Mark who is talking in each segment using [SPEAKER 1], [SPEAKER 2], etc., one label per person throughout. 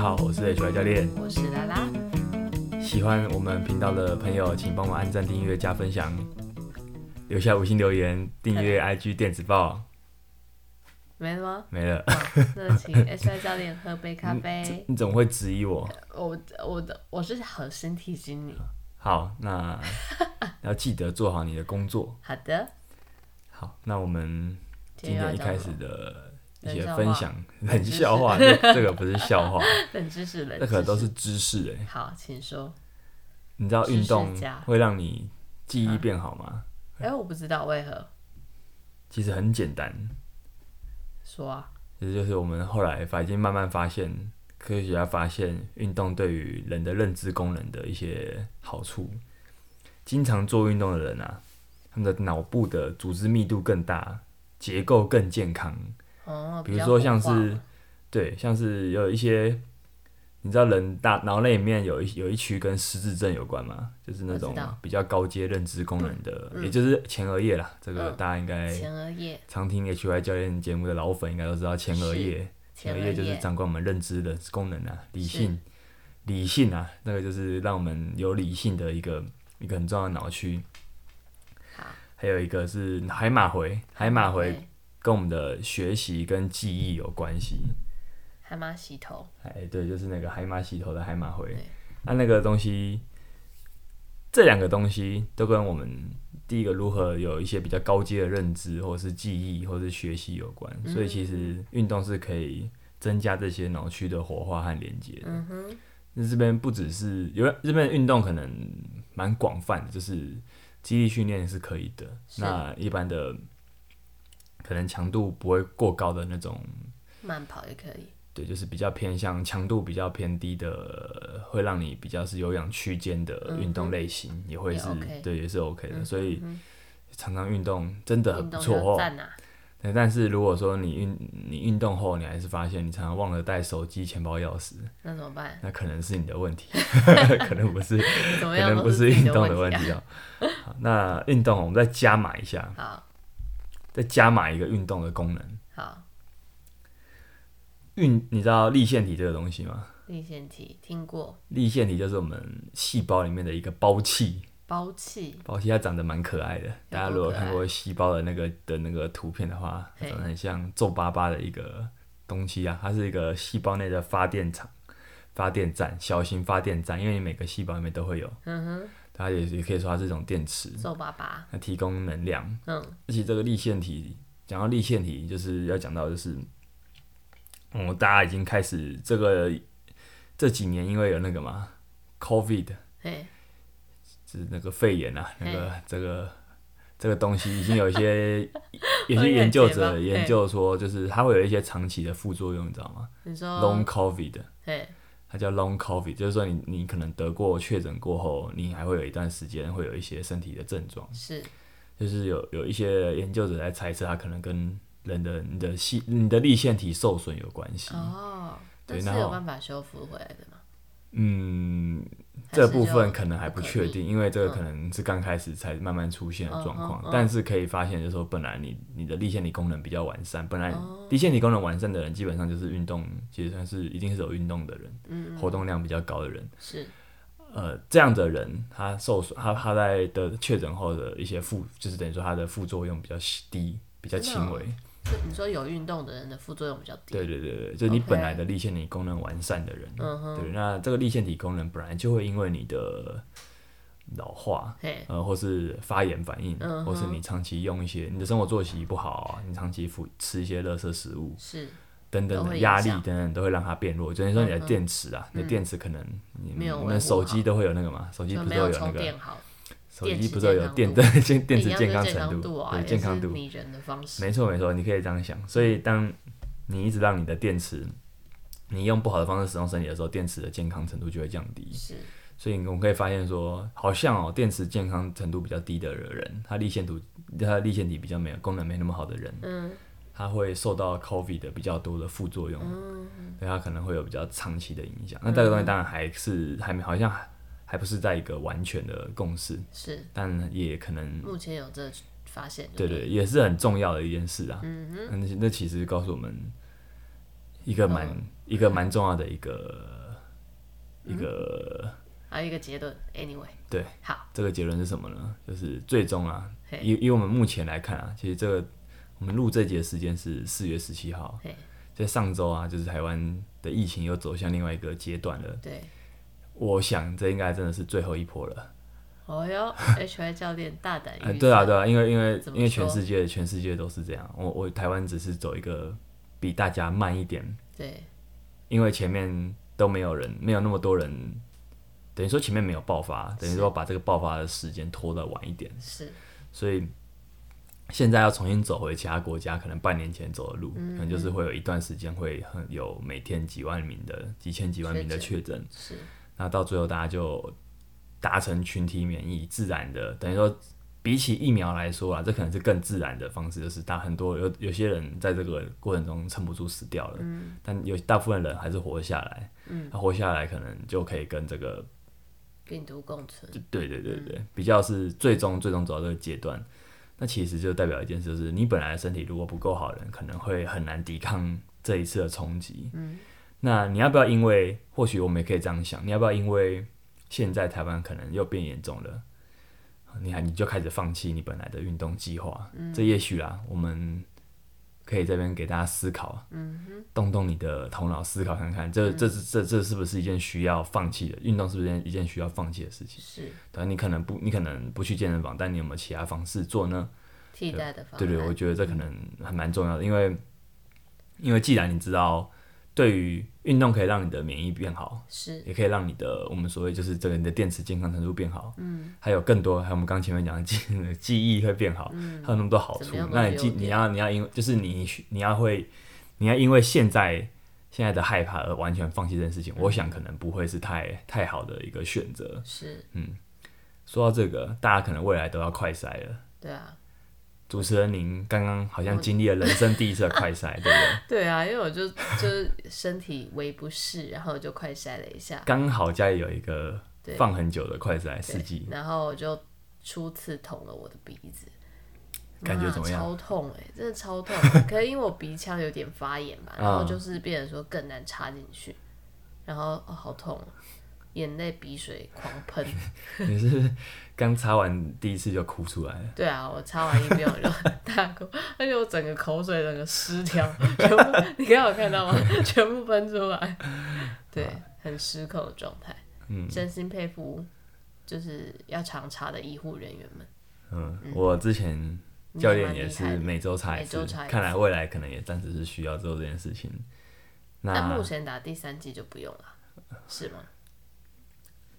[SPEAKER 1] 好，我是 HY 教练。
[SPEAKER 2] 我是拉拉，
[SPEAKER 1] 喜欢我们频道的朋友，请帮忙按赞、订阅、加分享，留下五星留言，订阅 IG 电子报。
[SPEAKER 2] 没了 吗？
[SPEAKER 1] 没了，
[SPEAKER 2] 那请 H Y 教练喝杯咖啡。
[SPEAKER 1] 你怎么会质疑我？
[SPEAKER 2] 我我的我是好身体经理。
[SPEAKER 1] 好，那 要记得做好你的工作。
[SPEAKER 2] 好的，
[SPEAKER 1] 好，那我们今
[SPEAKER 2] 又要
[SPEAKER 1] 天一
[SPEAKER 2] 讲
[SPEAKER 1] 开
[SPEAKER 2] 什
[SPEAKER 1] 始
[SPEAKER 2] 么
[SPEAKER 1] 的一
[SPEAKER 2] 冷
[SPEAKER 1] 些
[SPEAKER 2] 笑
[SPEAKER 1] 分
[SPEAKER 2] 话
[SPEAKER 1] 享，冷笑话，这 这个不是笑话，
[SPEAKER 2] 冷知识，冷
[SPEAKER 1] 这
[SPEAKER 2] 知识
[SPEAKER 1] 可能都是知识哎、
[SPEAKER 2] 好，请说。
[SPEAKER 1] 你知道
[SPEAKER 2] 知
[SPEAKER 1] 运
[SPEAKER 2] 识
[SPEAKER 1] 动
[SPEAKER 2] 家嗯
[SPEAKER 1] 会让你记忆变好吗？
[SPEAKER 2] 哎、我不知道为何
[SPEAKER 1] 其实很简单，
[SPEAKER 2] 说啊，
[SPEAKER 1] 其实就是我们后来发已经慢慢发现，科学家发现运动对于人的认知功能的一些好处。经常做运动的人啊，他们的脑部的组织密度更大，结构更健康。
[SPEAKER 2] 哦，
[SPEAKER 1] 比如
[SPEAKER 2] 较
[SPEAKER 1] 说
[SPEAKER 2] 活
[SPEAKER 1] 像
[SPEAKER 2] 化
[SPEAKER 1] 是
[SPEAKER 2] 嘛，
[SPEAKER 1] 对，像是有一些，你知道人大脑内里面有一有一区跟失智症有关吗？就是那
[SPEAKER 2] 我知
[SPEAKER 1] 种
[SPEAKER 2] 道
[SPEAKER 1] 比较高阶认知功能的，
[SPEAKER 2] 嗯
[SPEAKER 1] 也就是前额叶啦。这个
[SPEAKER 2] 嗯
[SPEAKER 1] 大家应该
[SPEAKER 2] 前额叶，
[SPEAKER 1] 常听 HY 教练节目的老粉应该都知道，前额
[SPEAKER 2] 是
[SPEAKER 1] 叶，前
[SPEAKER 2] 前
[SPEAKER 1] 额
[SPEAKER 2] 额
[SPEAKER 1] 叶就是
[SPEAKER 2] 叶，
[SPEAKER 1] 掌管我们认知的功能啊，理
[SPEAKER 2] 是
[SPEAKER 1] 性，理性啊，那个就是让我们有理性的一个一个很重要的脑区。
[SPEAKER 2] 好
[SPEAKER 1] 还有一个是海马回，海马回
[SPEAKER 2] 对
[SPEAKER 1] 跟我们的学习跟记忆有关系。
[SPEAKER 2] 海马洗头，
[SPEAKER 1] 哎，对，就是那个海马洗头的海马回
[SPEAKER 2] 对，
[SPEAKER 1] 那、那个东西，这两个东西都跟我们第一个如何有一些比较高阶的认知，或是记忆，或是学习有关。所以其实运动是可以增加这些脑区的活化和连接的。
[SPEAKER 2] 嗯哼，
[SPEAKER 1] 那这边不只是有这边的运动可能蛮广泛的，就是肌力训练是可以的。
[SPEAKER 2] 是
[SPEAKER 1] 那一般的可能强度不会过高的那种
[SPEAKER 2] 慢跑也可以，
[SPEAKER 1] 对，就是比较偏向强度比较偏低的，会让你比较是有氧区间的运动类型，也会
[SPEAKER 2] 嗯也
[SPEAKER 1] 是
[SPEAKER 2] OK
[SPEAKER 1] 对，也是 OK 的。所以
[SPEAKER 2] 嗯
[SPEAKER 1] 常常运动真的
[SPEAKER 2] 哼
[SPEAKER 1] 很
[SPEAKER 2] 运
[SPEAKER 1] 不
[SPEAKER 2] 动
[SPEAKER 1] 错
[SPEAKER 2] 就
[SPEAKER 1] 哦。
[SPEAKER 2] 赞啊，
[SPEAKER 1] 对，但是如果说你运你运动后，你还是发现你常常忘了带手机、钱包、钥匙，
[SPEAKER 2] 那怎么 办？
[SPEAKER 1] 那可能是你的问题， 可能不是，
[SPEAKER 2] 怎么
[SPEAKER 1] 可
[SPEAKER 2] 样
[SPEAKER 1] 能
[SPEAKER 2] 都
[SPEAKER 1] 不
[SPEAKER 2] 是
[SPEAKER 1] 运动
[SPEAKER 2] 的
[SPEAKER 1] 的问
[SPEAKER 2] 题
[SPEAKER 1] 题哦。 好那运动我们再加码一下，
[SPEAKER 2] 啊。
[SPEAKER 1] 再加码一个运动的功能。
[SPEAKER 2] 好好，
[SPEAKER 1] 运，你知道立腺体这个东西吗？
[SPEAKER 2] 立腺体听过，
[SPEAKER 1] 立腺体就是我们细胞里面的一个包气，
[SPEAKER 2] 包气，
[SPEAKER 1] 包气它长得蛮可爱的。大家如果
[SPEAKER 2] 多可爱
[SPEAKER 1] 看过细胞的那个的那个图片的话，它
[SPEAKER 2] 嘿
[SPEAKER 1] 长得很像皱巴巴的一个东西啊，它是一个细胞内的发电厂、发电站、小型发电站，因为你每个细胞里面都会有，
[SPEAKER 2] 嗯
[SPEAKER 1] 它也也可以说它是一种电池，
[SPEAKER 2] 哼，皱巴巴，
[SPEAKER 1] 它提供能量。
[SPEAKER 2] 嗯，
[SPEAKER 1] 而且这个立腺体，讲到立腺体，就是要讲到就是，嗯，大家已经开始这个这几年因为有那个嘛，COVID。
[SPEAKER 2] 嘿，
[SPEAKER 1] 就是那个肺炎啊，那
[SPEAKER 2] 嗯
[SPEAKER 1] 个这个这个东西已经有一些有
[SPEAKER 2] 我
[SPEAKER 1] 些
[SPEAKER 2] 也
[SPEAKER 1] 研究
[SPEAKER 2] 觉得
[SPEAKER 1] 者研究说，就是它会有一些长期的副作用，你知道吗、
[SPEAKER 2] 你
[SPEAKER 1] l o n
[SPEAKER 2] 说
[SPEAKER 1] g，COVID，
[SPEAKER 2] 嘿，
[SPEAKER 1] 它叫 Long COVID，就是说你你可能得过确诊过后，你还会有一段时间会有一些身体的症状，
[SPEAKER 2] 是
[SPEAKER 1] 就是有有一些研究者在猜测它可能跟人的你的细你的立腺体受损有关系。
[SPEAKER 2] 哦，
[SPEAKER 1] 对
[SPEAKER 2] 但
[SPEAKER 1] 然
[SPEAKER 2] 是
[SPEAKER 1] 后
[SPEAKER 2] 有办法修复回来的吗？
[SPEAKER 1] 嗯，
[SPEAKER 2] 还
[SPEAKER 1] 这
[SPEAKER 2] 是
[SPEAKER 1] 部
[SPEAKER 2] 就
[SPEAKER 1] 分可能还
[SPEAKER 2] 不
[SPEAKER 1] 不
[SPEAKER 2] 可
[SPEAKER 1] 确
[SPEAKER 2] 逆
[SPEAKER 1] 定，因为这个
[SPEAKER 2] 嗯
[SPEAKER 1] 可能是刚开始才慢慢出现的状况
[SPEAKER 2] 嗯嗯。嗯
[SPEAKER 1] 但是可以发现，就是说本来你你的立腺体功能比较完善，本来
[SPEAKER 2] 哦
[SPEAKER 1] 立腺体功能完善的人，基本上就是运动，其实算是一定是有运动的人，
[SPEAKER 2] 嗯，
[SPEAKER 1] 活动量比较高的人。
[SPEAKER 2] 是
[SPEAKER 1] 呃，这样的人他受损，他他在的确诊后的一些副，就是等于说他的副作用比较低，比较
[SPEAKER 2] 真的哦
[SPEAKER 1] 轻微。
[SPEAKER 2] 就你说有运动的人的副作用比较低，
[SPEAKER 1] 对对对对，就是你本
[SPEAKER 2] OK
[SPEAKER 1] 来的立腺体功能完善的人，
[SPEAKER 2] 嗯哼，
[SPEAKER 1] 对，那这个立腺体功能本来就会因为你的老化，
[SPEAKER 2] 嘿，
[SPEAKER 1] 呃，或是发炎反应，
[SPEAKER 2] 嗯哼
[SPEAKER 1] 或是你长期用一些你的生活作息不好、啊，你长期服吃一些垃圾食物
[SPEAKER 2] 是
[SPEAKER 1] 等等
[SPEAKER 2] 都
[SPEAKER 1] 的
[SPEAKER 2] 会影
[SPEAKER 1] 压力
[SPEAKER 2] 响
[SPEAKER 1] 等等，都会让它变弱。就是说你的
[SPEAKER 2] 嗯哼
[SPEAKER 1] 电池啊，你的
[SPEAKER 2] 嗯
[SPEAKER 1] 电池可能你
[SPEAKER 2] 没
[SPEAKER 1] 你
[SPEAKER 2] 有维护
[SPEAKER 1] 们手机都会有那个嘛，手机
[SPEAKER 2] 就
[SPEAKER 1] 不是
[SPEAKER 2] 没
[SPEAKER 1] 都有那
[SPEAKER 2] 充
[SPEAKER 1] 个
[SPEAKER 2] 电好，
[SPEAKER 1] 手
[SPEAKER 2] 电
[SPEAKER 1] 机
[SPEAKER 2] 池
[SPEAKER 1] 不是都有
[SPEAKER 2] 健
[SPEAKER 1] 电
[SPEAKER 2] 康
[SPEAKER 1] 电 电电
[SPEAKER 2] 一
[SPEAKER 1] 池
[SPEAKER 2] 样就是
[SPEAKER 1] 康
[SPEAKER 2] 健
[SPEAKER 1] 程
[SPEAKER 2] 度啊，
[SPEAKER 1] 对
[SPEAKER 2] 也
[SPEAKER 1] 健康
[SPEAKER 2] 是
[SPEAKER 1] 度，
[SPEAKER 2] 拟人的方式，
[SPEAKER 1] 没错没错，你可以这样想。所以当你一直让你的电池。你用不好的方式使用身体的时候，电池的健康程度就会降低。
[SPEAKER 2] 是
[SPEAKER 1] 所以我们可以发现说，好像哦，电池健康程度比较低的人，他立腺度他的立腺体比较没有功能没那么好的人，
[SPEAKER 2] 嗯
[SPEAKER 1] 他会受到 COVID 的比较多的副作用，
[SPEAKER 2] 嗯，
[SPEAKER 1] 对他可能会有比较长期的影响。那这个东西当然还是还没好像还还不是在一个完全的共识，
[SPEAKER 2] 是
[SPEAKER 1] 但也可能
[SPEAKER 2] 目前有这发现，
[SPEAKER 1] 对对，也是很重要的一件事啊。
[SPEAKER 2] 嗯哼，
[SPEAKER 1] 那那其实告诉我们，一个蛮、
[SPEAKER 2] 嗯
[SPEAKER 1] 一个蛮重要的一个一个、
[SPEAKER 2] 还有一个结论，anyway，
[SPEAKER 1] 对，
[SPEAKER 2] 好，
[SPEAKER 1] 这个结论是什么呢？就是最终啊，
[SPEAKER 2] 嘿
[SPEAKER 1] 以以我们目前来看啊，其实这个我们录这集的时间是四月十七号
[SPEAKER 2] 嘿，
[SPEAKER 1] 在上周啊，就是台湾的疫情又走向另外一个阶段了。
[SPEAKER 2] 对，
[SPEAKER 1] 我想这应该真的是最后一波了。
[SPEAKER 2] 哦哟，HY 教练大胆预
[SPEAKER 1] 呃
[SPEAKER 2] 测，
[SPEAKER 1] 对啊，对啊，因为因为
[SPEAKER 2] 怎么
[SPEAKER 1] 因为全
[SPEAKER 2] 说
[SPEAKER 1] 世界全世界都是这样，我我台湾只是走一个比大家慢一点，
[SPEAKER 2] 对
[SPEAKER 1] 因为前面都没有人，没有那么多人，等于说前面没有爆发，等于说把这个爆发的时间拖得晚一点。
[SPEAKER 2] 是，
[SPEAKER 1] 所以现在要重新走回其他国家，可能半年前走的路，可能就是会有一段时间会很有每天几万名的、几千几万名的确诊，
[SPEAKER 2] 是
[SPEAKER 1] 那到最后大家就达成群体免疫，自然的，等于说。比起疫苗来说啊，这可能是更自然的方式，就是大很多有有些人在这个过程中撑不住死掉了，但有大部分人还是活下来，嗯，他活下来可能就可以跟这个
[SPEAKER 2] 病毒共存，
[SPEAKER 1] 对对对对，比较是最终最终走到这个阶段，那其实就代表一件事，就是你本来的身体如果不够好的人，可能会很难抵抗这一次的冲击。嗯，那你要不要因为，或许我们也可以这样想，你要不要因为现在台湾可能又变严重了，你还你就开始放弃你本来的运动计划？这也许啊，我们。可以这边给大家思考，嗯、动动你的头脑思考看看，这这是这这是不是一件需要放弃的运动？是不是一件一件需要放弃的事情？
[SPEAKER 2] 是
[SPEAKER 1] 对，你可能不，你可能不去健身房，但你有没有其他方式做呢？
[SPEAKER 2] 替代的方
[SPEAKER 1] 对
[SPEAKER 2] 案，
[SPEAKER 1] 对，我觉得
[SPEAKER 2] 嗯
[SPEAKER 1] 这可能还蛮重要的，因为因为既然你知道，对于运动可以让你的免疫变好，
[SPEAKER 2] 是
[SPEAKER 1] 也可以让你的我们所谓就是这个你的电池健康程度变好，嗯，还有更多，还有我们刚前面讲的记记忆会变好，还有那么多好
[SPEAKER 2] 嗯怎
[SPEAKER 1] 处
[SPEAKER 2] 么样。都
[SPEAKER 1] 那你记
[SPEAKER 2] 有点
[SPEAKER 1] 你要你要因为就是你需你要会你要因为现在现在的害怕而完全放弃这件事
[SPEAKER 2] 嗯
[SPEAKER 1] 情，我想可能不会是太太好的一个选择。
[SPEAKER 2] 是，
[SPEAKER 1] 嗯说到这个，大家可能未来都要快筛了。
[SPEAKER 2] 对啊，
[SPEAKER 1] 主持人您刚刚好像经历了人生第一次的快 筛，对不对？
[SPEAKER 2] 对啊，因为我就就是身体微不适，然后就快筛了一下，
[SPEAKER 1] 刚好家里有一个
[SPEAKER 2] 对
[SPEAKER 1] 放很久的快筛
[SPEAKER 2] 对
[SPEAKER 1] 试剂，
[SPEAKER 2] 然后我就初次捅了我的鼻子，
[SPEAKER 1] 感觉
[SPEAKER 2] 妈
[SPEAKER 1] 怎么样
[SPEAKER 2] 超痛哎、真的 超痛。可能因为我鼻腔有点发炎嘛，然后
[SPEAKER 1] 嗯
[SPEAKER 2] 就是变成说更难插进去，然后哦好痛哦，眼泪鼻水狂喷。
[SPEAKER 1] 你是不是刚擦完第一次就哭出来了。
[SPEAKER 2] 对啊，我擦完一遍我就大哭， 而且我整个口水整个失调，全部你刚刚有看到吗？ 全部喷出来，对，
[SPEAKER 1] 啊
[SPEAKER 2] 很失控的状态。嗯，真心佩服，就是要常查的医护人员们。
[SPEAKER 1] 嗯，我之前
[SPEAKER 2] 你
[SPEAKER 1] 教
[SPEAKER 2] 还
[SPEAKER 1] 练
[SPEAKER 2] 蛮
[SPEAKER 1] 也
[SPEAKER 2] 厉
[SPEAKER 1] 是
[SPEAKER 2] 害的
[SPEAKER 1] 每周擦一
[SPEAKER 2] 每
[SPEAKER 1] 次
[SPEAKER 2] 周擦，一次
[SPEAKER 1] 看来未来可能也暂时是需要做这件事情。
[SPEAKER 2] 但
[SPEAKER 1] 那
[SPEAKER 2] 目前打第三季就不用了，是吗？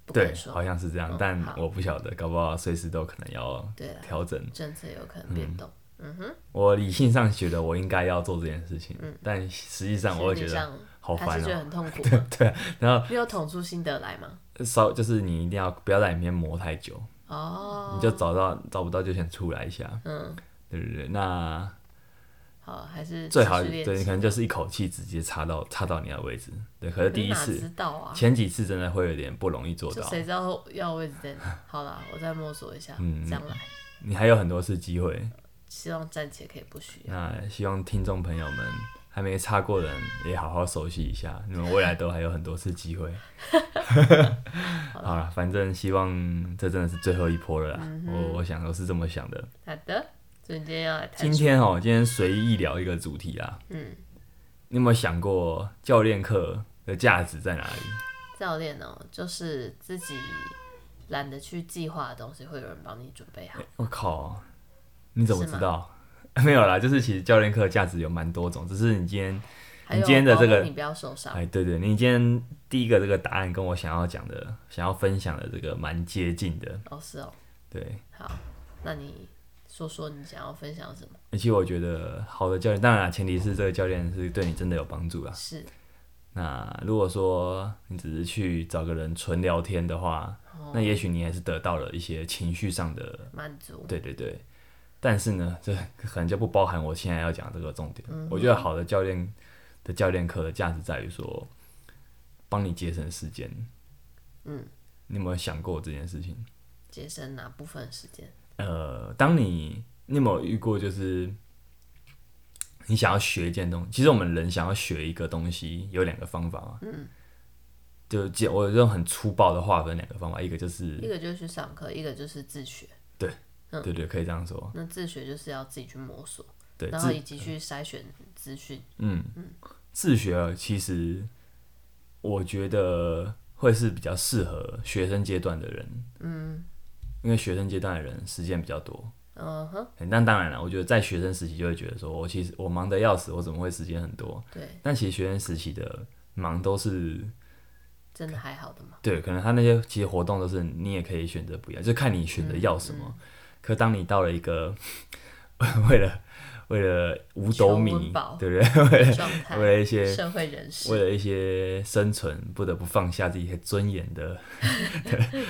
[SPEAKER 2] 不
[SPEAKER 1] 对
[SPEAKER 2] 敢，说
[SPEAKER 1] 好，像是这样
[SPEAKER 2] 嗯，
[SPEAKER 1] 但
[SPEAKER 2] 好
[SPEAKER 1] 我不晓得，搞不好随时都可能要
[SPEAKER 2] 对了，
[SPEAKER 1] 调整。
[SPEAKER 2] 政策有
[SPEAKER 1] 嗯
[SPEAKER 2] 可能变动，
[SPEAKER 1] 我理性上觉得我应该要做这件事情，但实际上我会
[SPEAKER 2] 身
[SPEAKER 1] 觉
[SPEAKER 2] 体
[SPEAKER 1] 得
[SPEAKER 2] 嗯上
[SPEAKER 1] 好
[SPEAKER 2] 还
[SPEAKER 1] 烦
[SPEAKER 2] 是觉
[SPEAKER 1] 哦。
[SPEAKER 2] 得很痛苦吗。
[SPEAKER 1] 对，啊然后
[SPEAKER 2] 你有捅出心得来吗？
[SPEAKER 1] 稍就是你一定要不要在里面磨太久，
[SPEAKER 2] 哦，
[SPEAKER 1] 你就找到找不到就先出来一下，
[SPEAKER 2] 嗯，
[SPEAKER 1] 对不对？那
[SPEAKER 2] 好，还是
[SPEAKER 1] 最好
[SPEAKER 2] 继续练
[SPEAKER 1] 对你
[SPEAKER 2] 习
[SPEAKER 1] 可能就是一口气直接插到插到你的位置，对。可是第一
[SPEAKER 2] 哪知
[SPEAKER 1] 次
[SPEAKER 2] 道啊，
[SPEAKER 1] 前几次真的会有点不容易做
[SPEAKER 2] 就
[SPEAKER 1] 到，
[SPEAKER 2] 谁知道要位置在哪？好啦，我再摸索一下，
[SPEAKER 1] 嗯
[SPEAKER 2] 将来
[SPEAKER 1] 你还有很多次机会。
[SPEAKER 2] 希望暂且可以不需要。
[SPEAKER 1] 那希望听众朋友们还没插过的人也好好熟悉一下，你们未来都还有很多次机 会。好了，反正希望这真的是最后一波了啦，
[SPEAKER 2] 嗯
[SPEAKER 1] 我我想都是这么想的。
[SPEAKER 2] 好的，所以你今天要来
[SPEAKER 1] 今
[SPEAKER 2] 谈
[SPEAKER 1] 天哦，今天随意聊一个主题啦。嗯，你有没有想过教练课的价值在哪里？
[SPEAKER 2] 教练哦、就是自己懒得去计划的东西，会有人帮你准备好。
[SPEAKER 1] 我靠，你怎么知道？ 没有啦，就是其实教练课的价值有蛮多种，只是你今天，
[SPEAKER 2] 还有
[SPEAKER 1] 今天的这个
[SPEAKER 2] 保护你不要受伤，
[SPEAKER 1] 哎，对对，你今天第一个这个答案跟我想要讲的、想要分享的这个蛮接近的。
[SPEAKER 2] 哦是哦，
[SPEAKER 1] 对，
[SPEAKER 2] 好，那你说说你想要分享什么？
[SPEAKER 1] 而且我觉得好的教练，当然啦，前提是这个教练是对你真的有帮助啦。
[SPEAKER 2] 是
[SPEAKER 1] 那如果说你只是去找个人纯聊天的话，那也许你还是得到了一些情绪上的
[SPEAKER 2] 满足，
[SPEAKER 1] 对对对，但是呢，这可能就不包含我现在要讲的这个重点。我觉得好的教练的教练课的价值在于说，帮你节省时间。嗯，你有没有想过这件事情？
[SPEAKER 2] 节省哪部分时间？
[SPEAKER 1] 呃，当你你有没有遇过，就是你你想要学一件东西，其实我们人想要学一个东西有两个方法嘛，嗯，就简我用很粗暴的划分两个方法，一个就是
[SPEAKER 2] 一个就是去上课，一个就是自学。
[SPEAKER 1] 对对，可以这样说，
[SPEAKER 2] 那自学就是要自己去摸索，
[SPEAKER 1] 对，
[SPEAKER 2] 然
[SPEAKER 1] 自
[SPEAKER 2] 后以及去筛选资讯。
[SPEAKER 1] 嗯，自学其实我觉得会是比较适合学生阶段的人，嗯，因为学生阶段的人时间比较多。
[SPEAKER 2] 嗯哼，
[SPEAKER 1] 那当然了，我觉得在学生时期就会觉得说，我其实我忙得要死，我怎么会时间很多？
[SPEAKER 2] 对，
[SPEAKER 1] 但其实学生时期的忙都是
[SPEAKER 2] 真的还好的嘛。
[SPEAKER 1] 对，可能他那些其实活动都是你也可以选择不要，就看你选择要什
[SPEAKER 2] 嗯
[SPEAKER 1] 么。可当你到了一个 为了为了五斗
[SPEAKER 2] 求
[SPEAKER 1] 米
[SPEAKER 2] 温饱，
[SPEAKER 1] 对不对？为了
[SPEAKER 2] 状
[SPEAKER 1] 为
[SPEAKER 2] 态，
[SPEAKER 1] 了一些
[SPEAKER 2] 社会人士
[SPEAKER 1] 为了一些生存，不得不放下自己的尊严的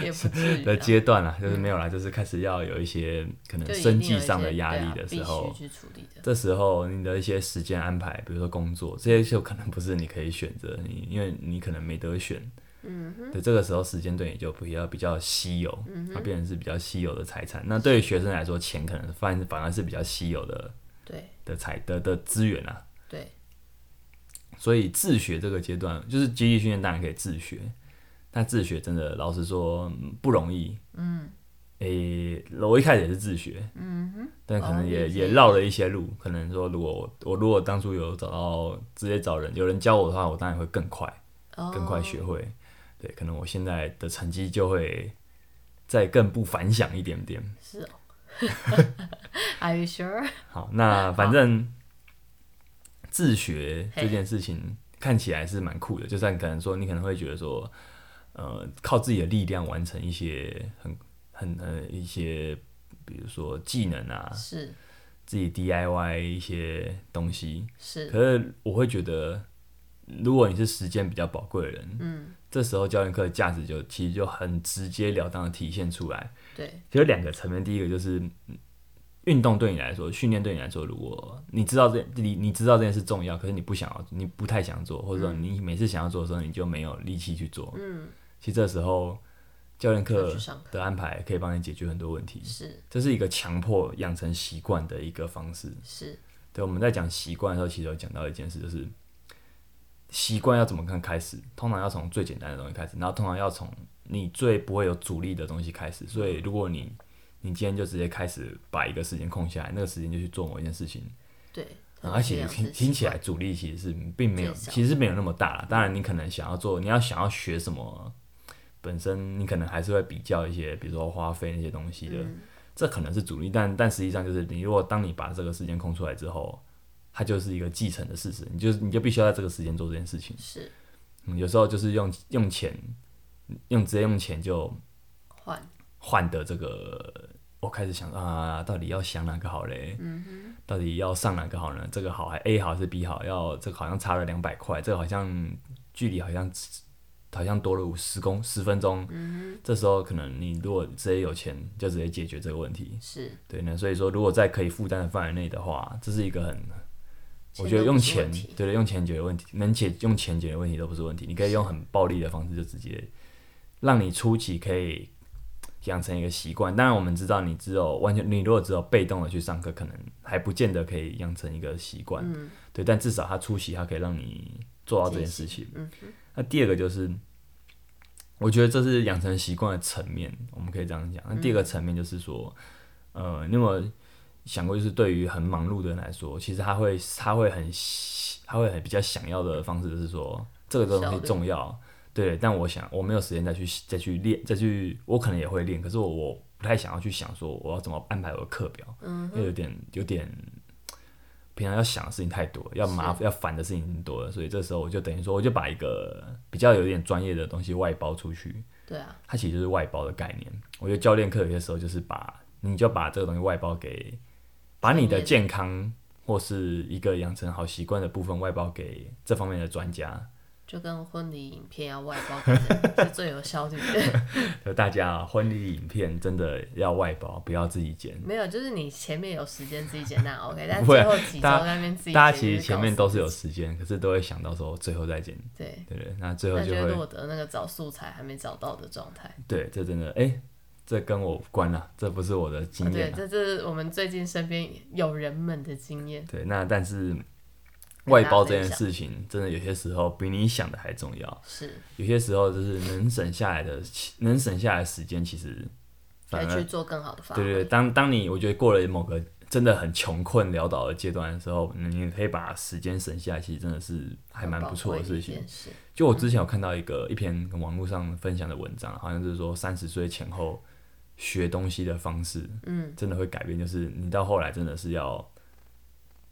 [SPEAKER 2] 也不至于啊
[SPEAKER 1] 的
[SPEAKER 2] 啦，
[SPEAKER 1] 阶段啦，就是没有啦，就是开始要有一些可能
[SPEAKER 2] 就一定
[SPEAKER 1] 生
[SPEAKER 2] 有
[SPEAKER 1] 计
[SPEAKER 2] 一
[SPEAKER 1] 上的
[SPEAKER 2] 些
[SPEAKER 1] 压
[SPEAKER 2] 对
[SPEAKER 1] 力
[SPEAKER 2] 啊
[SPEAKER 1] 的时候
[SPEAKER 2] 必，须去处理的。
[SPEAKER 1] 这时候你的一些时间安排，比如说工作，这些就可能不是你可以选择，你因为你可能没得选。嗯哼，嗯对，这个时候时间对你就比较比较稀有，它变成是比较稀有的财产。那对于学生来说，钱可能反反而是比较稀有的
[SPEAKER 2] 对
[SPEAKER 1] 的财的的资源啊。
[SPEAKER 2] 对，
[SPEAKER 1] 所以自学这个阶段，就是基地训练当然可以自学，但自学真的老实说嗯不容易。嗯，诶、我一开始也是自学，嗯但可能也、
[SPEAKER 2] 哦你
[SPEAKER 1] 也
[SPEAKER 2] 是
[SPEAKER 1] 绕了一些路。可能说，如果我我如果当初有找到直接找人，有人教我的话，我当然会更快
[SPEAKER 2] 哦
[SPEAKER 1] 更快学会。对，可能我现在的成绩就会再更不反响一点点。
[SPEAKER 2] 是哦。Are you sure？
[SPEAKER 1] 好，那反正自学这件事情看起来是蛮酷的，就算可能说你可能会觉得说，呃，靠自己的力量完成一些很很呃一些，比如说技能啊，
[SPEAKER 2] 是
[SPEAKER 1] 自己 DIY 一些东西。
[SPEAKER 2] 是，
[SPEAKER 1] 可是我会觉得，如果你是时间比较宝贵的人，
[SPEAKER 2] 嗯，
[SPEAKER 1] 这时候教练课的价值就其实就很直截了当的体现出来。
[SPEAKER 2] 对
[SPEAKER 1] 其实有两个层面，第一个就是嗯运动对你来说，训练对你来说，如果你知道这你你知道这件事重要，可是你不想要，你不太想做，或者说
[SPEAKER 2] 嗯
[SPEAKER 1] 你每次想要做的时候，你就没有力气去做。嗯，其实这时候教练
[SPEAKER 2] 要
[SPEAKER 1] 课
[SPEAKER 2] 去上课
[SPEAKER 1] 的安排可以帮你解决很多问题，
[SPEAKER 2] 是
[SPEAKER 1] 这是一个强迫养成习惯的一个方式。
[SPEAKER 2] 是，
[SPEAKER 1] 对，我们在讲习惯的时候，其实有讲到一件事，就是习惯要怎么看开始，通常要从最简单的东西开始，然后通常要从你最不会有阻力的东西开始。所以，如果你你今天就直接开始把一个时间空下来，那个时间就去做某一件事情，
[SPEAKER 2] 对。
[SPEAKER 1] 啊而且听听起
[SPEAKER 2] 来
[SPEAKER 1] 来阻力其实是并没有，
[SPEAKER 2] 最小
[SPEAKER 1] 其实没有那么大啦。当然，你可能想要做，你要想要学什么，本身你可能还是会比较一些，比如说花费那些东西的，这可能是阻力。但但实际上就是，你如果当你把这个时间空出来之后，它就是一个继承的事实，你就你就必须要在这个时间做这件事情。
[SPEAKER 2] 是
[SPEAKER 1] 嗯，有时候就是用用钱，用直接用钱就
[SPEAKER 2] 换
[SPEAKER 1] 换得这个，我开始想啊，到底要想哪个好嘞？嗯到底要上哪个好呢？这个好还 A 好还是 B 好？要这个好像差了两百块，这个好像距离好像好像多了五十公十分钟。嗯这时候可能你如果直接有钱，就直接解决这个问题。
[SPEAKER 2] 是，
[SPEAKER 1] 对，那所以说，如果在可以负担的范围内的话，这是一个很，我
[SPEAKER 2] 钱
[SPEAKER 1] 觉得
[SPEAKER 2] 都
[SPEAKER 1] 用
[SPEAKER 2] 不是
[SPEAKER 1] 钱
[SPEAKER 2] 问题，
[SPEAKER 1] 对对，用钱解决问题，能解用钱解决问题都不是问题。你可以用很暴力的方式，就直接让你初期可以养成一个习惯。当然，我们知道你只有完全，你如果只有被动的去上课，可能还不见得可以养成一个习惯。
[SPEAKER 2] 嗯
[SPEAKER 1] 对，但至少它初期它可以让你做到这件事情。
[SPEAKER 2] 嗯
[SPEAKER 1] 那第二个就是，我觉得这是养成习惯的层面，我们可以这样讲。那第二
[SPEAKER 2] 嗯
[SPEAKER 1] 个层面就是说，呃，你有没有想过，就是对于很忙碌的人来说，其实他会他会很喜他会很比较想要的方式，就是说这个东
[SPEAKER 2] 效
[SPEAKER 1] 西
[SPEAKER 2] 率
[SPEAKER 1] 重要，对，但我想我没有时间再去再去练再去，我可能也会练，可是我我不太想要去想说我要怎么安排我的课表，
[SPEAKER 2] 嗯
[SPEAKER 1] 因为有点有点平常要想的事情太多了，要麻要烦的事情很多了，所以这时候我就等于说，我就把一个比较有点专业的东西外包出去，
[SPEAKER 2] 对啊，
[SPEAKER 1] 它其实就是外包的概念。我觉得教练课有些时候就是把你就把这个东西外包给，把你的
[SPEAKER 2] 专业的
[SPEAKER 1] 健康或是一个养成好习惯的部分外包给这方面的专家，
[SPEAKER 2] 就跟婚礼影片要外包 给人是最有效率的。
[SPEAKER 1] 就大家啊婚礼影片真的要外包，不要自己剪。
[SPEAKER 2] 没有，就是你前面有时间自己剪那 OK，但
[SPEAKER 1] 不会
[SPEAKER 2] 最
[SPEAKER 1] 啊
[SPEAKER 2] 后几周
[SPEAKER 1] 大家
[SPEAKER 2] 在那边自己
[SPEAKER 1] 大家
[SPEAKER 2] 剪
[SPEAKER 1] 其实
[SPEAKER 2] 就是
[SPEAKER 1] 前
[SPEAKER 2] 搞
[SPEAKER 1] 面
[SPEAKER 2] 死
[SPEAKER 1] 都是有
[SPEAKER 2] 自己
[SPEAKER 1] 时间，可是都会想到说最后再剪，
[SPEAKER 2] 对，
[SPEAKER 1] 对不对？那最后
[SPEAKER 2] 那
[SPEAKER 1] 就
[SPEAKER 2] 就会
[SPEAKER 1] 会
[SPEAKER 2] 落得那个找素材还没找到的状态。
[SPEAKER 1] 对，这真的，哎、这跟我无关了，这不是我的经
[SPEAKER 2] 哦对，
[SPEAKER 1] 验、啊。
[SPEAKER 2] 这是我们最近身边友人们的经验。
[SPEAKER 1] 对，那但是
[SPEAKER 2] 跟
[SPEAKER 1] 外
[SPEAKER 2] 大家
[SPEAKER 1] 包
[SPEAKER 2] 分
[SPEAKER 1] 这件
[SPEAKER 2] 享
[SPEAKER 1] 事情，真的有些时候比你想的还重要。
[SPEAKER 2] 是，
[SPEAKER 1] 有些时候就是能省下来的，能省下来的时间，其实
[SPEAKER 2] 再
[SPEAKER 1] 反而
[SPEAKER 2] 去做更好的发挥。
[SPEAKER 1] 对对，对当当你我觉得过了某个真的很穷困潦倒的阶段的时候，你可以把时间省下来，其实真的是还蛮不错的事情。。
[SPEAKER 2] 是，
[SPEAKER 1] 就我之前有看到一个一篇网络上分享的文章，好像就是说三十岁前后学东西的方式
[SPEAKER 2] 嗯，
[SPEAKER 1] 真的会改变，就是你到后来真的是要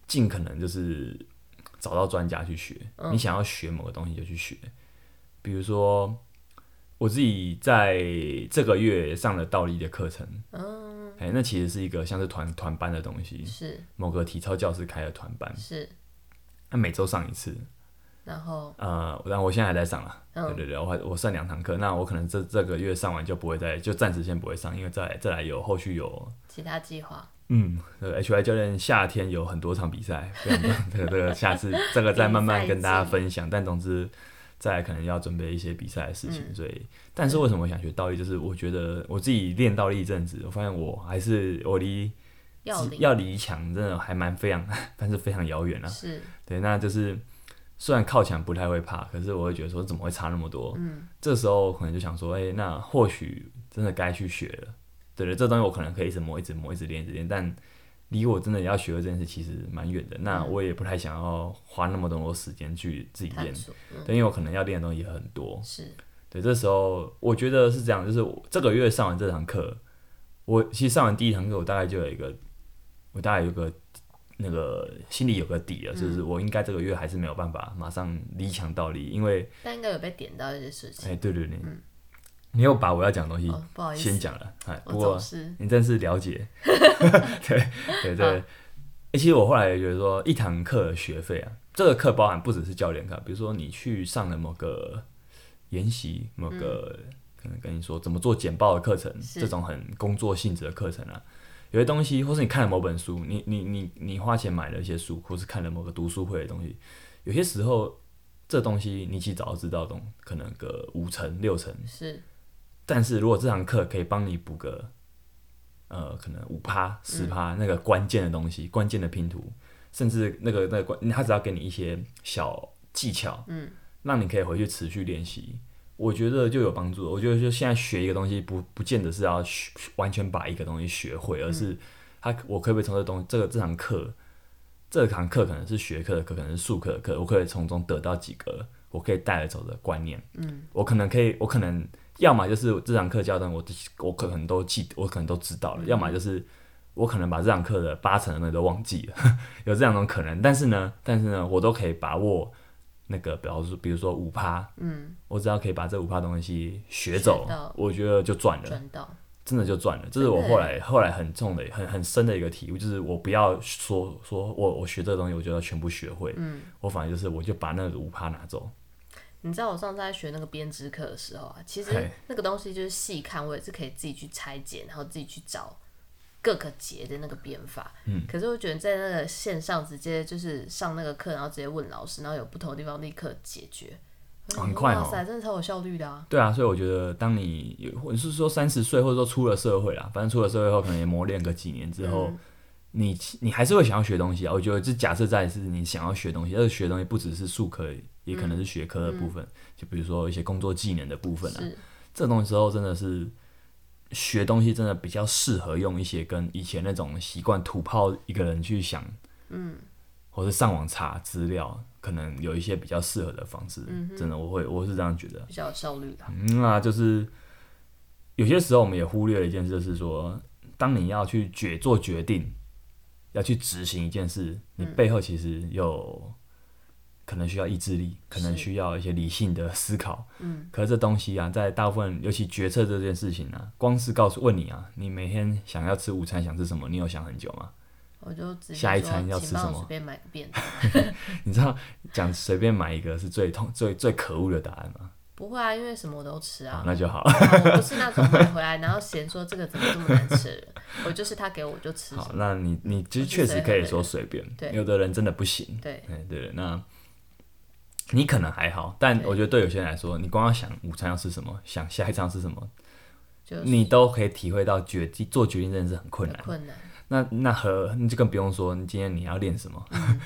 [SPEAKER 1] 尽可能就是找到专家去学，
[SPEAKER 2] 嗯
[SPEAKER 1] 你想要学某个东西就去学。比如说，我自己在这个月上了倒立的课程，
[SPEAKER 2] 嗯，
[SPEAKER 1] 哎、那其实是一个像是团团班的东西，
[SPEAKER 2] 是
[SPEAKER 1] 某个体操教室开的团班，
[SPEAKER 2] 是，
[SPEAKER 1] 那每周上一次。
[SPEAKER 2] 然后
[SPEAKER 1] 呃，然后我现在还在上啦，对
[SPEAKER 2] 嗯
[SPEAKER 1] 对对，我还我上两堂课，那我可能这这个月上完就不会再，就暂时先不会上，因为再来再来有后续有，
[SPEAKER 2] 其他计划
[SPEAKER 1] 嗯，那个 HY 教练夏天有很多场比赛，非常多这个这个下次这个再慢慢跟大家分享，但总之再来可能要准备一些比赛的事情，
[SPEAKER 2] 嗯
[SPEAKER 1] 所以，但是为什么我想学倒立，就是我觉得我自己练倒立一阵子，我发现我还是我离
[SPEAKER 2] 要领
[SPEAKER 1] 要离墙真的还蛮非常， 但是非常遥远啊。
[SPEAKER 2] 是，
[SPEAKER 1] 对，那就是虽然靠墙不太会怕，可是我会觉得说怎么会差那么多？
[SPEAKER 2] 嗯，
[SPEAKER 1] 这时候可能就想说，哎、那或许真的该去学了。对对，这东西我可能可以一直磨，一直磨，一直练，一直练，但离我真的要学的这件事其实蛮远的。那
[SPEAKER 2] 嗯
[SPEAKER 1] 我也不太想要花那么多时间去自己练
[SPEAKER 2] 探，索，嗯，
[SPEAKER 1] 对，因为我可能要练的东西也很多。
[SPEAKER 2] 是，
[SPEAKER 1] 对，这时候我觉得是这样，就是我这个月上完这堂课，我其实上完第一堂课，我大概就有一个，我大概有个那个心里有个底了，
[SPEAKER 2] 嗯
[SPEAKER 1] 就是我应该这个月还是没有办法马上离墙倒立，因为
[SPEAKER 2] 但应该有被点到一些事
[SPEAKER 1] 哎、
[SPEAKER 2] 情。
[SPEAKER 1] 对对对，
[SPEAKER 2] 嗯
[SPEAKER 1] 你又把我要讲的东西
[SPEAKER 2] 哦，不好意
[SPEAKER 1] 哎先
[SPEAKER 2] 思，
[SPEAKER 1] 讲了，哎，
[SPEAKER 2] 我
[SPEAKER 1] 不过
[SPEAKER 2] 总是
[SPEAKER 1] 你真是了解，对对对。欸其实我后来也觉得说，一堂课的学费啊，这个课包含不只是教练课，啊比如说你去上了某个研习，某个、可能跟你说怎么做简报的课程，
[SPEAKER 2] 是
[SPEAKER 1] 这种很工作性质的课程啊，有些东西，或是你看了某本书，你你你你花钱买了一些书，或是看了某个读书会的东西，有些时候这东西你其实早就知道懂，可能个五成六成，
[SPEAKER 2] 是，
[SPEAKER 1] 但是如果这堂课可以帮你补个，呃，可能五趴、十
[SPEAKER 2] 嗯
[SPEAKER 1] 趴那个关键的东西、关键的拼图，甚至那个那个关，他只要给你一些小技巧，
[SPEAKER 2] 嗯，
[SPEAKER 1] 让你可以回去持续练习，我觉得就有帮助了。我觉得就现在学一个东西不，不见得是要学完全把一个东西学
[SPEAKER 2] 嗯
[SPEAKER 1] 会，而是他我可不可以从这东这个这堂课，这堂课可能是学科的课，可能是术科的课，我可以从中得到几个我可以带得走的观念。
[SPEAKER 2] 嗯，
[SPEAKER 1] 我可能可以，我可能要么就是这堂课教的东西我都我可能都记得，我可能都知道
[SPEAKER 2] 嗯
[SPEAKER 1] 了，要么就是。我可能把这堂课的八成的东西都忘记了， 有这两种可能。但是呢，但是呢，我都可以把握那个，比方说，比如说五趴，
[SPEAKER 2] 嗯，
[SPEAKER 1] 我只要可以把这五趴东西学
[SPEAKER 2] 学
[SPEAKER 1] 走
[SPEAKER 2] 到，
[SPEAKER 1] 我觉得就赚了，
[SPEAKER 2] 赚到，
[SPEAKER 1] 真的就赚了。这是
[SPEAKER 2] 真的
[SPEAKER 1] 我后来后来很重的、很很深的一个体悟，就是我不要说说我我学这个东西，我就要全部学会，
[SPEAKER 2] 嗯。
[SPEAKER 1] 我反而就是我就把那个五趴拿走。
[SPEAKER 2] 你知道我上次在学那个编织课的时候啊，其实
[SPEAKER 1] 嘿
[SPEAKER 2] 那个东西就是细看，我也是可以自己去拆解，然后自己去找各个节的那个编法。嗯，可是我觉得在那个线上直接就是上那个课，然后直接问老师，然后有不同的地方立刻解决，我想说
[SPEAKER 1] 很快哦
[SPEAKER 2] 哇塞，真的超有效率的啊！
[SPEAKER 1] 对啊，所以我觉得当你有或者是说三十岁，或者说出了社会啦，反正出了社会后可能也磨练个几年之后。
[SPEAKER 2] 嗯
[SPEAKER 1] 你你还是会想要学东西啊。我觉得这假设在是你想要学东西，而且学东西不只是术科，也可能
[SPEAKER 2] 嗯
[SPEAKER 1] 是学科的部分，就比如说一些工作技能的部分啊。
[SPEAKER 2] 是
[SPEAKER 1] 这东西之后真的是学东西，真的比较适合用一些跟以前那种习惯土炮一个人去想，
[SPEAKER 2] 嗯，
[SPEAKER 1] 或是上网查资料，可能有一些比较适合的方式。
[SPEAKER 2] 嗯
[SPEAKER 1] 真的，我会我是这样觉得。
[SPEAKER 2] 比较有效率的啊、
[SPEAKER 1] 嗯啊，就是有些时候我们也忽略了一件事，就是说，当你要去决做决定，要去执行一件事，你
[SPEAKER 2] 嗯
[SPEAKER 1] 背后其实有、可能需要意志力，可能
[SPEAKER 2] 是
[SPEAKER 1] 需要一些理性的思考。
[SPEAKER 2] 嗯，
[SPEAKER 1] 可是这东西啊，在大部分尤其决策这件事情啊，光是告诉问你啊，你每天想要吃午餐想吃什么，你有想很久吗？
[SPEAKER 2] 我就直接
[SPEAKER 1] 下一
[SPEAKER 2] 说
[SPEAKER 1] 餐要吃
[SPEAKER 2] 请帮
[SPEAKER 1] 什
[SPEAKER 2] 我
[SPEAKER 1] 么
[SPEAKER 2] 随便买个便当。
[SPEAKER 1] 你知道讲随便买一个是最痛最最可恶的答案吗？
[SPEAKER 2] 不会啊，因为什么我都吃
[SPEAKER 1] 好
[SPEAKER 2] 啊。
[SPEAKER 1] 那就好。
[SPEAKER 2] 我不是那种买回来然后嫌说这个怎么这么难吃的人，我就是他给我我就吃什
[SPEAKER 1] 好，
[SPEAKER 2] 么。
[SPEAKER 1] 那你你其实
[SPEAKER 2] 我是
[SPEAKER 1] 确实
[SPEAKER 2] 随
[SPEAKER 1] 可
[SPEAKER 2] 和
[SPEAKER 1] 以
[SPEAKER 2] 的
[SPEAKER 1] 说
[SPEAKER 2] 人
[SPEAKER 1] 随便，
[SPEAKER 2] 对
[SPEAKER 1] 有的人真的不行。
[SPEAKER 2] 对，
[SPEAKER 1] 哎，对了，那你可能还好，但
[SPEAKER 2] 对
[SPEAKER 1] 我觉得对有些人来说，你光要想午餐要吃什么，想下一餐要吃什么，
[SPEAKER 2] 就是
[SPEAKER 1] 你都可以体会到决定做决定真的是很困
[SPEAKER 2] 很
[SPEAKER 1] 难。
[SPEAKER 2] 困难，
[SPEAKER 1] 那那和你就更不用说，你今天你要练什么，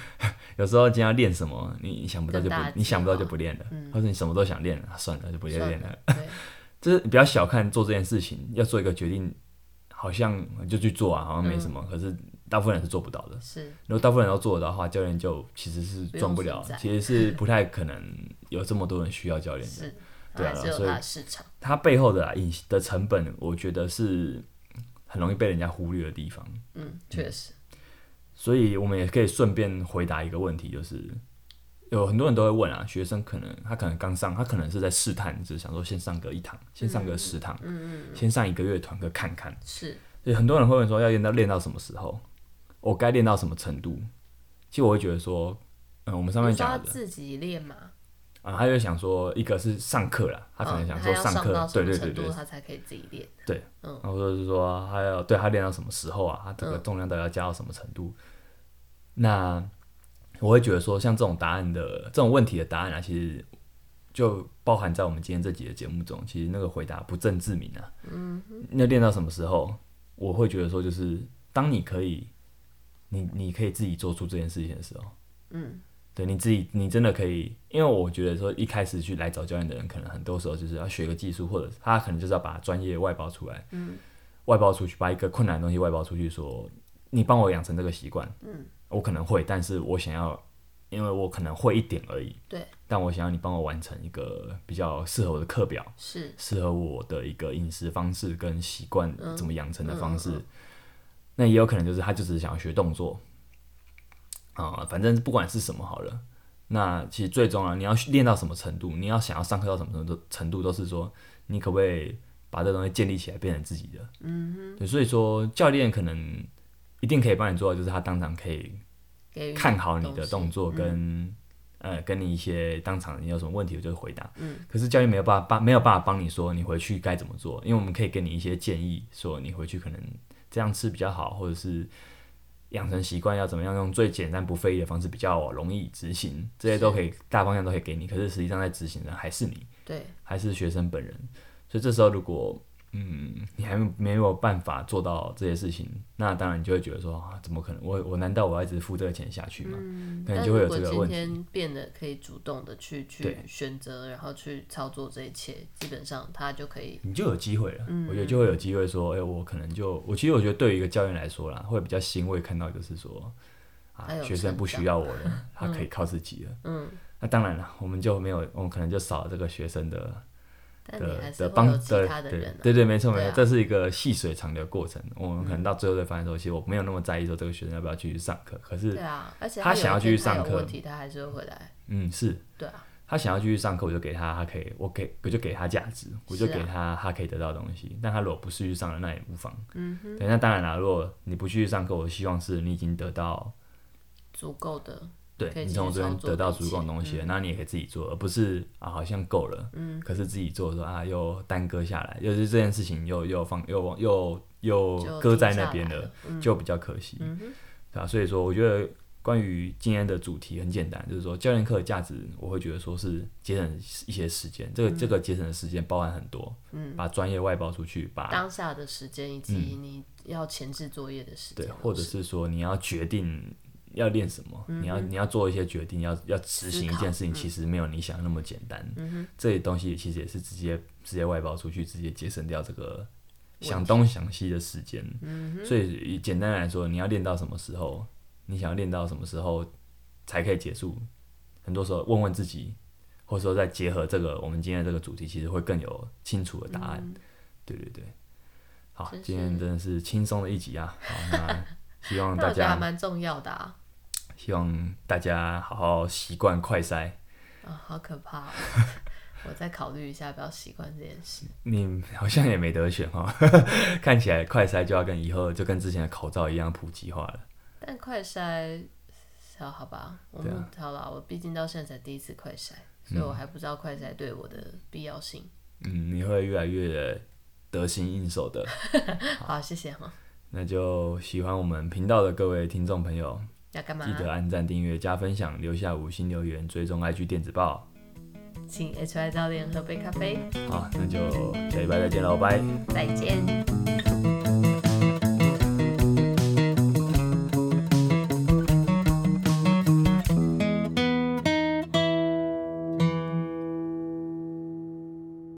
[SPEAKER 1] 有时候今天要练什么，你你想不到就不
[SPEAKER 2] 嗯更大的计划
[SPEAKER 1] 你想不到就不练了，
[SPEAKER 2] 嗯
[SPEAKER 1] 或者你什么都想练了，啊算了就不
[SPEAKER 2] 算
[SPEAKER 1] 练了。
[SPEAKER 2] 了，对，
[SPEAKER 1] 就是你不要小看做这件事情，要做一个决定，好像就去做啊，好像没什么，
[SPEAKER 2] 嗯
[SPEAKER 1] 可是大部分人是做不到的。
[SPEAKER 2] 是
[SPEAKER 1] 如果大部分人都做得到的话，教练就其实是赚不了
[SPEAKER 2] 不用存在，
[SPEAKER 1] 其实是不太可能有这么多人需要教练的。
[SPEAKER 2] 是，
[SPEAKER 1] 对啊
[SPEAKER 2] 还是有
[SPEAKER 1] 所以
[SPEAKER 2] 它的市场，
[SPEAKER 1] 它背后的啊隐的成本，我觉得是很容易被人家忽略的地方。
[SPEAKER 2] 嗯，确实，
[SPEAKER 1] 所以我们也可以顺便回答一个问题，就是有很多人都会问啊，学生可能他可能刚上，他可能是在试探，只是想说先上个一堂，先上个十堂，
[SPEAKER 2] 嗯嗯，
[SPEAKER 1] 先上一个月团课看看。
[SPEAKER 2] 是
[SPEAKER 1] 所以很多人会问说要练到练到什么时候，我该练到什么程度？其实我会觉得说，嗯，我们上面
[SPEAKER 2] 你说
[SPEAKER 1] 讲
[SPEAKER 2] 要
[SPEAKER 1] 的
[SPEAKER 2] 自己练嘛，
[SPEAKER 1] 啊，他就想说一个是上课啦，他可能
[SPEAKER 2] 嗯
[SPEAKER 1] 想
[SPEAKER 2] 它
[SPEAKER 1] 说
[SPEAKER 2] 要
[SPEAKER 1] 上课，
[SPEAKER 2] 到什
[SPEAKER 1] 对
[SPEAKER 2] 么
[SPEAKER 1] 对对
[SPEAKER 2] 程
[SPEAKER 1] 对
[SPEAKER 2] 度，他才可以自己练，
[SPEAKER 1] 对，
[SPEAKER 2] 嗯
[SPEAKER 1] 然后就是说他要对他练到什么时候啊，他这个
[SPEAKER 2] 嗯
[SPEAKER 1] 重量到底要加到什么程度？那我会觉得说，像这种答案的这种问题的答案啊，其实就包含在我们今天这集的节目中。其实那个回答不正自明啊，嗯，那练到什么时候？我会觉得说，就是当你可以，你你可以自己做出这件事情的时候，
[SPEAKER 2] 嗯，
[SPEAKER 1] 对你自己，你真的可以，因为我觉得说一开始去来找教练的人，可能很多时候就是要学个技术，或者他可能就是要把专业外包出来，
[SPEAKER 2] 嗯，
[SPEAKER 1] 外包出去，把一个困难的东西外包出去说你帮我养成这个习惯，
[SPEAKER 2] 嗯，
[SPEAKER 1] 我可能会，但是我想要，因为我可能会一点而已，
[SPEAKER 2] 对，
[SPEAKER 1] 但我想要你帮我完成一个比较适合我的课表，
[SPEAKER 2] 是
[SPEAKER 1] 适合我的一个饮食方式跟习惯
[SPEAKER 2] 嗯
[SPEAKER 1] 怎么养成的方式。
[SPEAKER 2] 嗯嗯
[SPEAKER 1] 那也有可能就是他就只是想要学动作啊、反正不管是什么好了。那其实最终啊，你要练到什么程度，你要想要上课到什么程度，程度都是说你可不可以把这东西建立起来，变成自己的。嗯对，所以说教练可能一定可以帮你做到，就是他当场可以
[SPEAKER 2] 给予
[SPEAKER 1] 看好你的
[SPEAKER 2] 西
[SPEAKER 1] 动作
[SPEAKER 2] 嗯
[SPEAKER 1] 跟、呃跟你一些当场你有什么问题，我就回答。
[SPEAKER 2] 嗯，
[SPEAKER 1] 可是教练没有办法帮没有办法帮你说你回去该怎么做，因为我们可以给你一些建议，说你回去可能这样吃比较好，或者是养成习惯要怎么样用最简单不费力的方式比较容易执行，这些
[SPEAKER 2] 是
[SPEAKER 1] 都可以大方向都可以给你。可是实际上在执行的还是你，
[SPEAKER 2] 对，
[SPEAKER 1] 还是学生本人。所以这时候如果嗯你还没有办法做到这些事情，那当然你就会觉得说啊怎么可能？我我难道我要一直付这个钱下去吗？
[SPEAKER 2] 嗯，
[SPEAKER 1] 可能
[SPEAKER 2] 但
[SPEAKER 1] 就
[SPEAKER 2] 如
[SPEAKER 1] 会有
[SPEAKER 2] 果
[SPEAKER 1] 这个
[SPEAKER 2] 今
[SPEAKER 1] 问题
[SPEAKER 2] 天变得可以主动的去去
[SPEAKER 1] 对
[SPEAKER 2] 选择，然后去操作这一切，基本上他就可以
[SPEAKER 1] 你就有机会了。
[SPEAKER 2] 嗯
[SPEAKER 1] 我觉得就会有机会说，哎、我可能就我其实我觉得对于一个教练来说啦，会比较欣慰看到就是说，啊
[SPEAKER 2] 他，有
[SPEAKER 1] 学生不需要我了，他可以靠自己了。
[SPEAKER 2] 嗯，
[SPEAKER 1] 那当然了，我们就没有，我们可能就少了这个学生的
[SPEAKER 2] 但你
[SPEAKER 1] 的
[SPEAKER 2] 还是
[SPEAKER 1] 的
[SPEAKER 2] 会
[SPEAKER 1] 帮
[SPEAKER 2] 有其
[SPEAKER 1] 的
[SPEAKER 2] 他的人、啊，
[SPEAKER 1] 对对，没错没
[SPEAKER 2] 对
[SPEAKER 1] 错，
[SPEAKER 2] 啊嗯
[SPEAKER 1] 这是一个细水长流的过程。我们可能到最后才发现说，其实我没有那么在意说这个学生要不要继续上课，可是
[SPEAKER 2] 对啊，而且
[SPEAKER 1] 他
[SPEAKER 2] 有
[SPEAKER 1] 想
[SPEAKER 2] 一
[SPEAKER 1] 要
[SPEAKER 2] 天
[SPEAKER 1] 继续
[SPEAKER 2] 他
[SPEAKER 1] 上
[SPEAKER 2] 有
[SPEAKER 1] 课
[SPEAKER 2] 问题他还是会回来，
[SPEAKER 1] 嗯是。
[SPEAKER 2] 对啊，
[SPEAKER 1] 他想要继续上课，我就给他，他可以，我给我就给他价值，我
[SPEAKER 2] 啊
[SPEAKER 1] 就给他、他可以得到的东西。但他如果不继续上了，那也无妨。
[SPEAKER 2] 嗯
[SPEAKER 1] 对，那当然啦，如果你不继续上课，我希望是你已经得到，
[SPEAKER 2] 足够的，
[SPEAKER 1] 对
[SPEAKER 2] 可以
[SPEAKER 1] 你
[SPEAKER 2] 继续
[SPEAKER 1] 从我这边
[SPEAKER 2] 操作嗯
[SPEAKER 1] 得到
[SPEAKER 2] 理解
[SPEAKER 1] 足够的东西了，那你也可以自己做，而不是啊好像够了，嗯，可是自己做的时候啊又耽搁下来，又是这件事情又又放又往又又
[SPEAKER 2] 就
[SPEAKER 1] 搁
[SPEAKER 2] 停
[SPEAKER 1] 在
[SPEAKER 2] 下
[SPEAKER 1] 那
[SPEAKER 2] 来
[SPEAKER 1] 边
[SPEAKER 2] 了，
[SPEAKER 1] 就比较可惜，
[SPEAKER 2] 嗯哼，
[SPEAKER 1] 对啊，所以说我觉得关于今天的主题很简单，就是说教练课的价值，我会觉得说是节省一些时间，这个、这个节省的时间包含很多，
[SPEAKER 2] 嗯，
[SPEAKER 1] 把专业外包出去，把
[SPEAKER 2] 当下的时间以及你要前置作业的时间
[SPEAKER 1] 嗯对，
[SPEAKER 2] 哦都，
[SPEAKER 1] 或者是说你要决定要练什么，你
[SPEAKER 2] 嗯
[SPEAKER 1] 要你要做一些决定，要要执行一件事情，其实没有你想那么简单。
[SPEAKER 2] 嗯
[SPEAKER 1] 这些东西其实也是直接直接外包出去，直接节省掉这个想东想西的时间。
[SPEAKER 2] 嗯
[SPEAKER 1] 所以简单来说，你要练到什么时候，你想要练到什么时候才可以结束，很多时候问问自己。或者说，再结合这个我们今天这个主题，其实会更有清楚的答案。对对对，好
[SPEAKER 2] 嗯真，
[SPEAKER 1] 今
[SPEAKER 2] 是
[SPEAKER 1] 天真的是轻松的一集啊！好，那希望
[SPEAKER 2] 那
[SPEAKER 1] 大
[SPEAKER 2] 我觉得还
[SPEAKER 1] 家
[SPEAKER 2] 蛮重要的啊，
[SPEAKER 1] 希望大家好好习惯快筛。
[SPEAKER 2] 啊、好可怕哦、 我再考虑一下，不要习惯这件事。
[SPEAKER 1] 你好像也没得选哦， 看起来快筛就要跟以后就跟之前的口罩一样普及化了。
[SPEAKER 2] 但快筛，好好吧，我
[SPEAKER 1] 对啊
[SPEAKER 2] 们、好啦，我毕竟到现在才第一次快筛，所以我还不知道快筛对我的必要性。
[SPEAKER 1] 嗯，你会越来越得心应手的。
[SPEAKER 2] 好，谢谢哈。
[SPEAKER 1] 那就喜欢我们频道的各位听众朋友，
[SPEAKER 2] 要干嘛
[SPEAKER 1] 记？得按赞、订阅、加分享，留下五星留言，追踪 IG 电子报。
[SPEAKER 2] 请 HY 教练喝杯咖啡，
[SPEAKER 1] 好，那就下礼拜再见喽，拜。
[SPEAKER 2] 再见。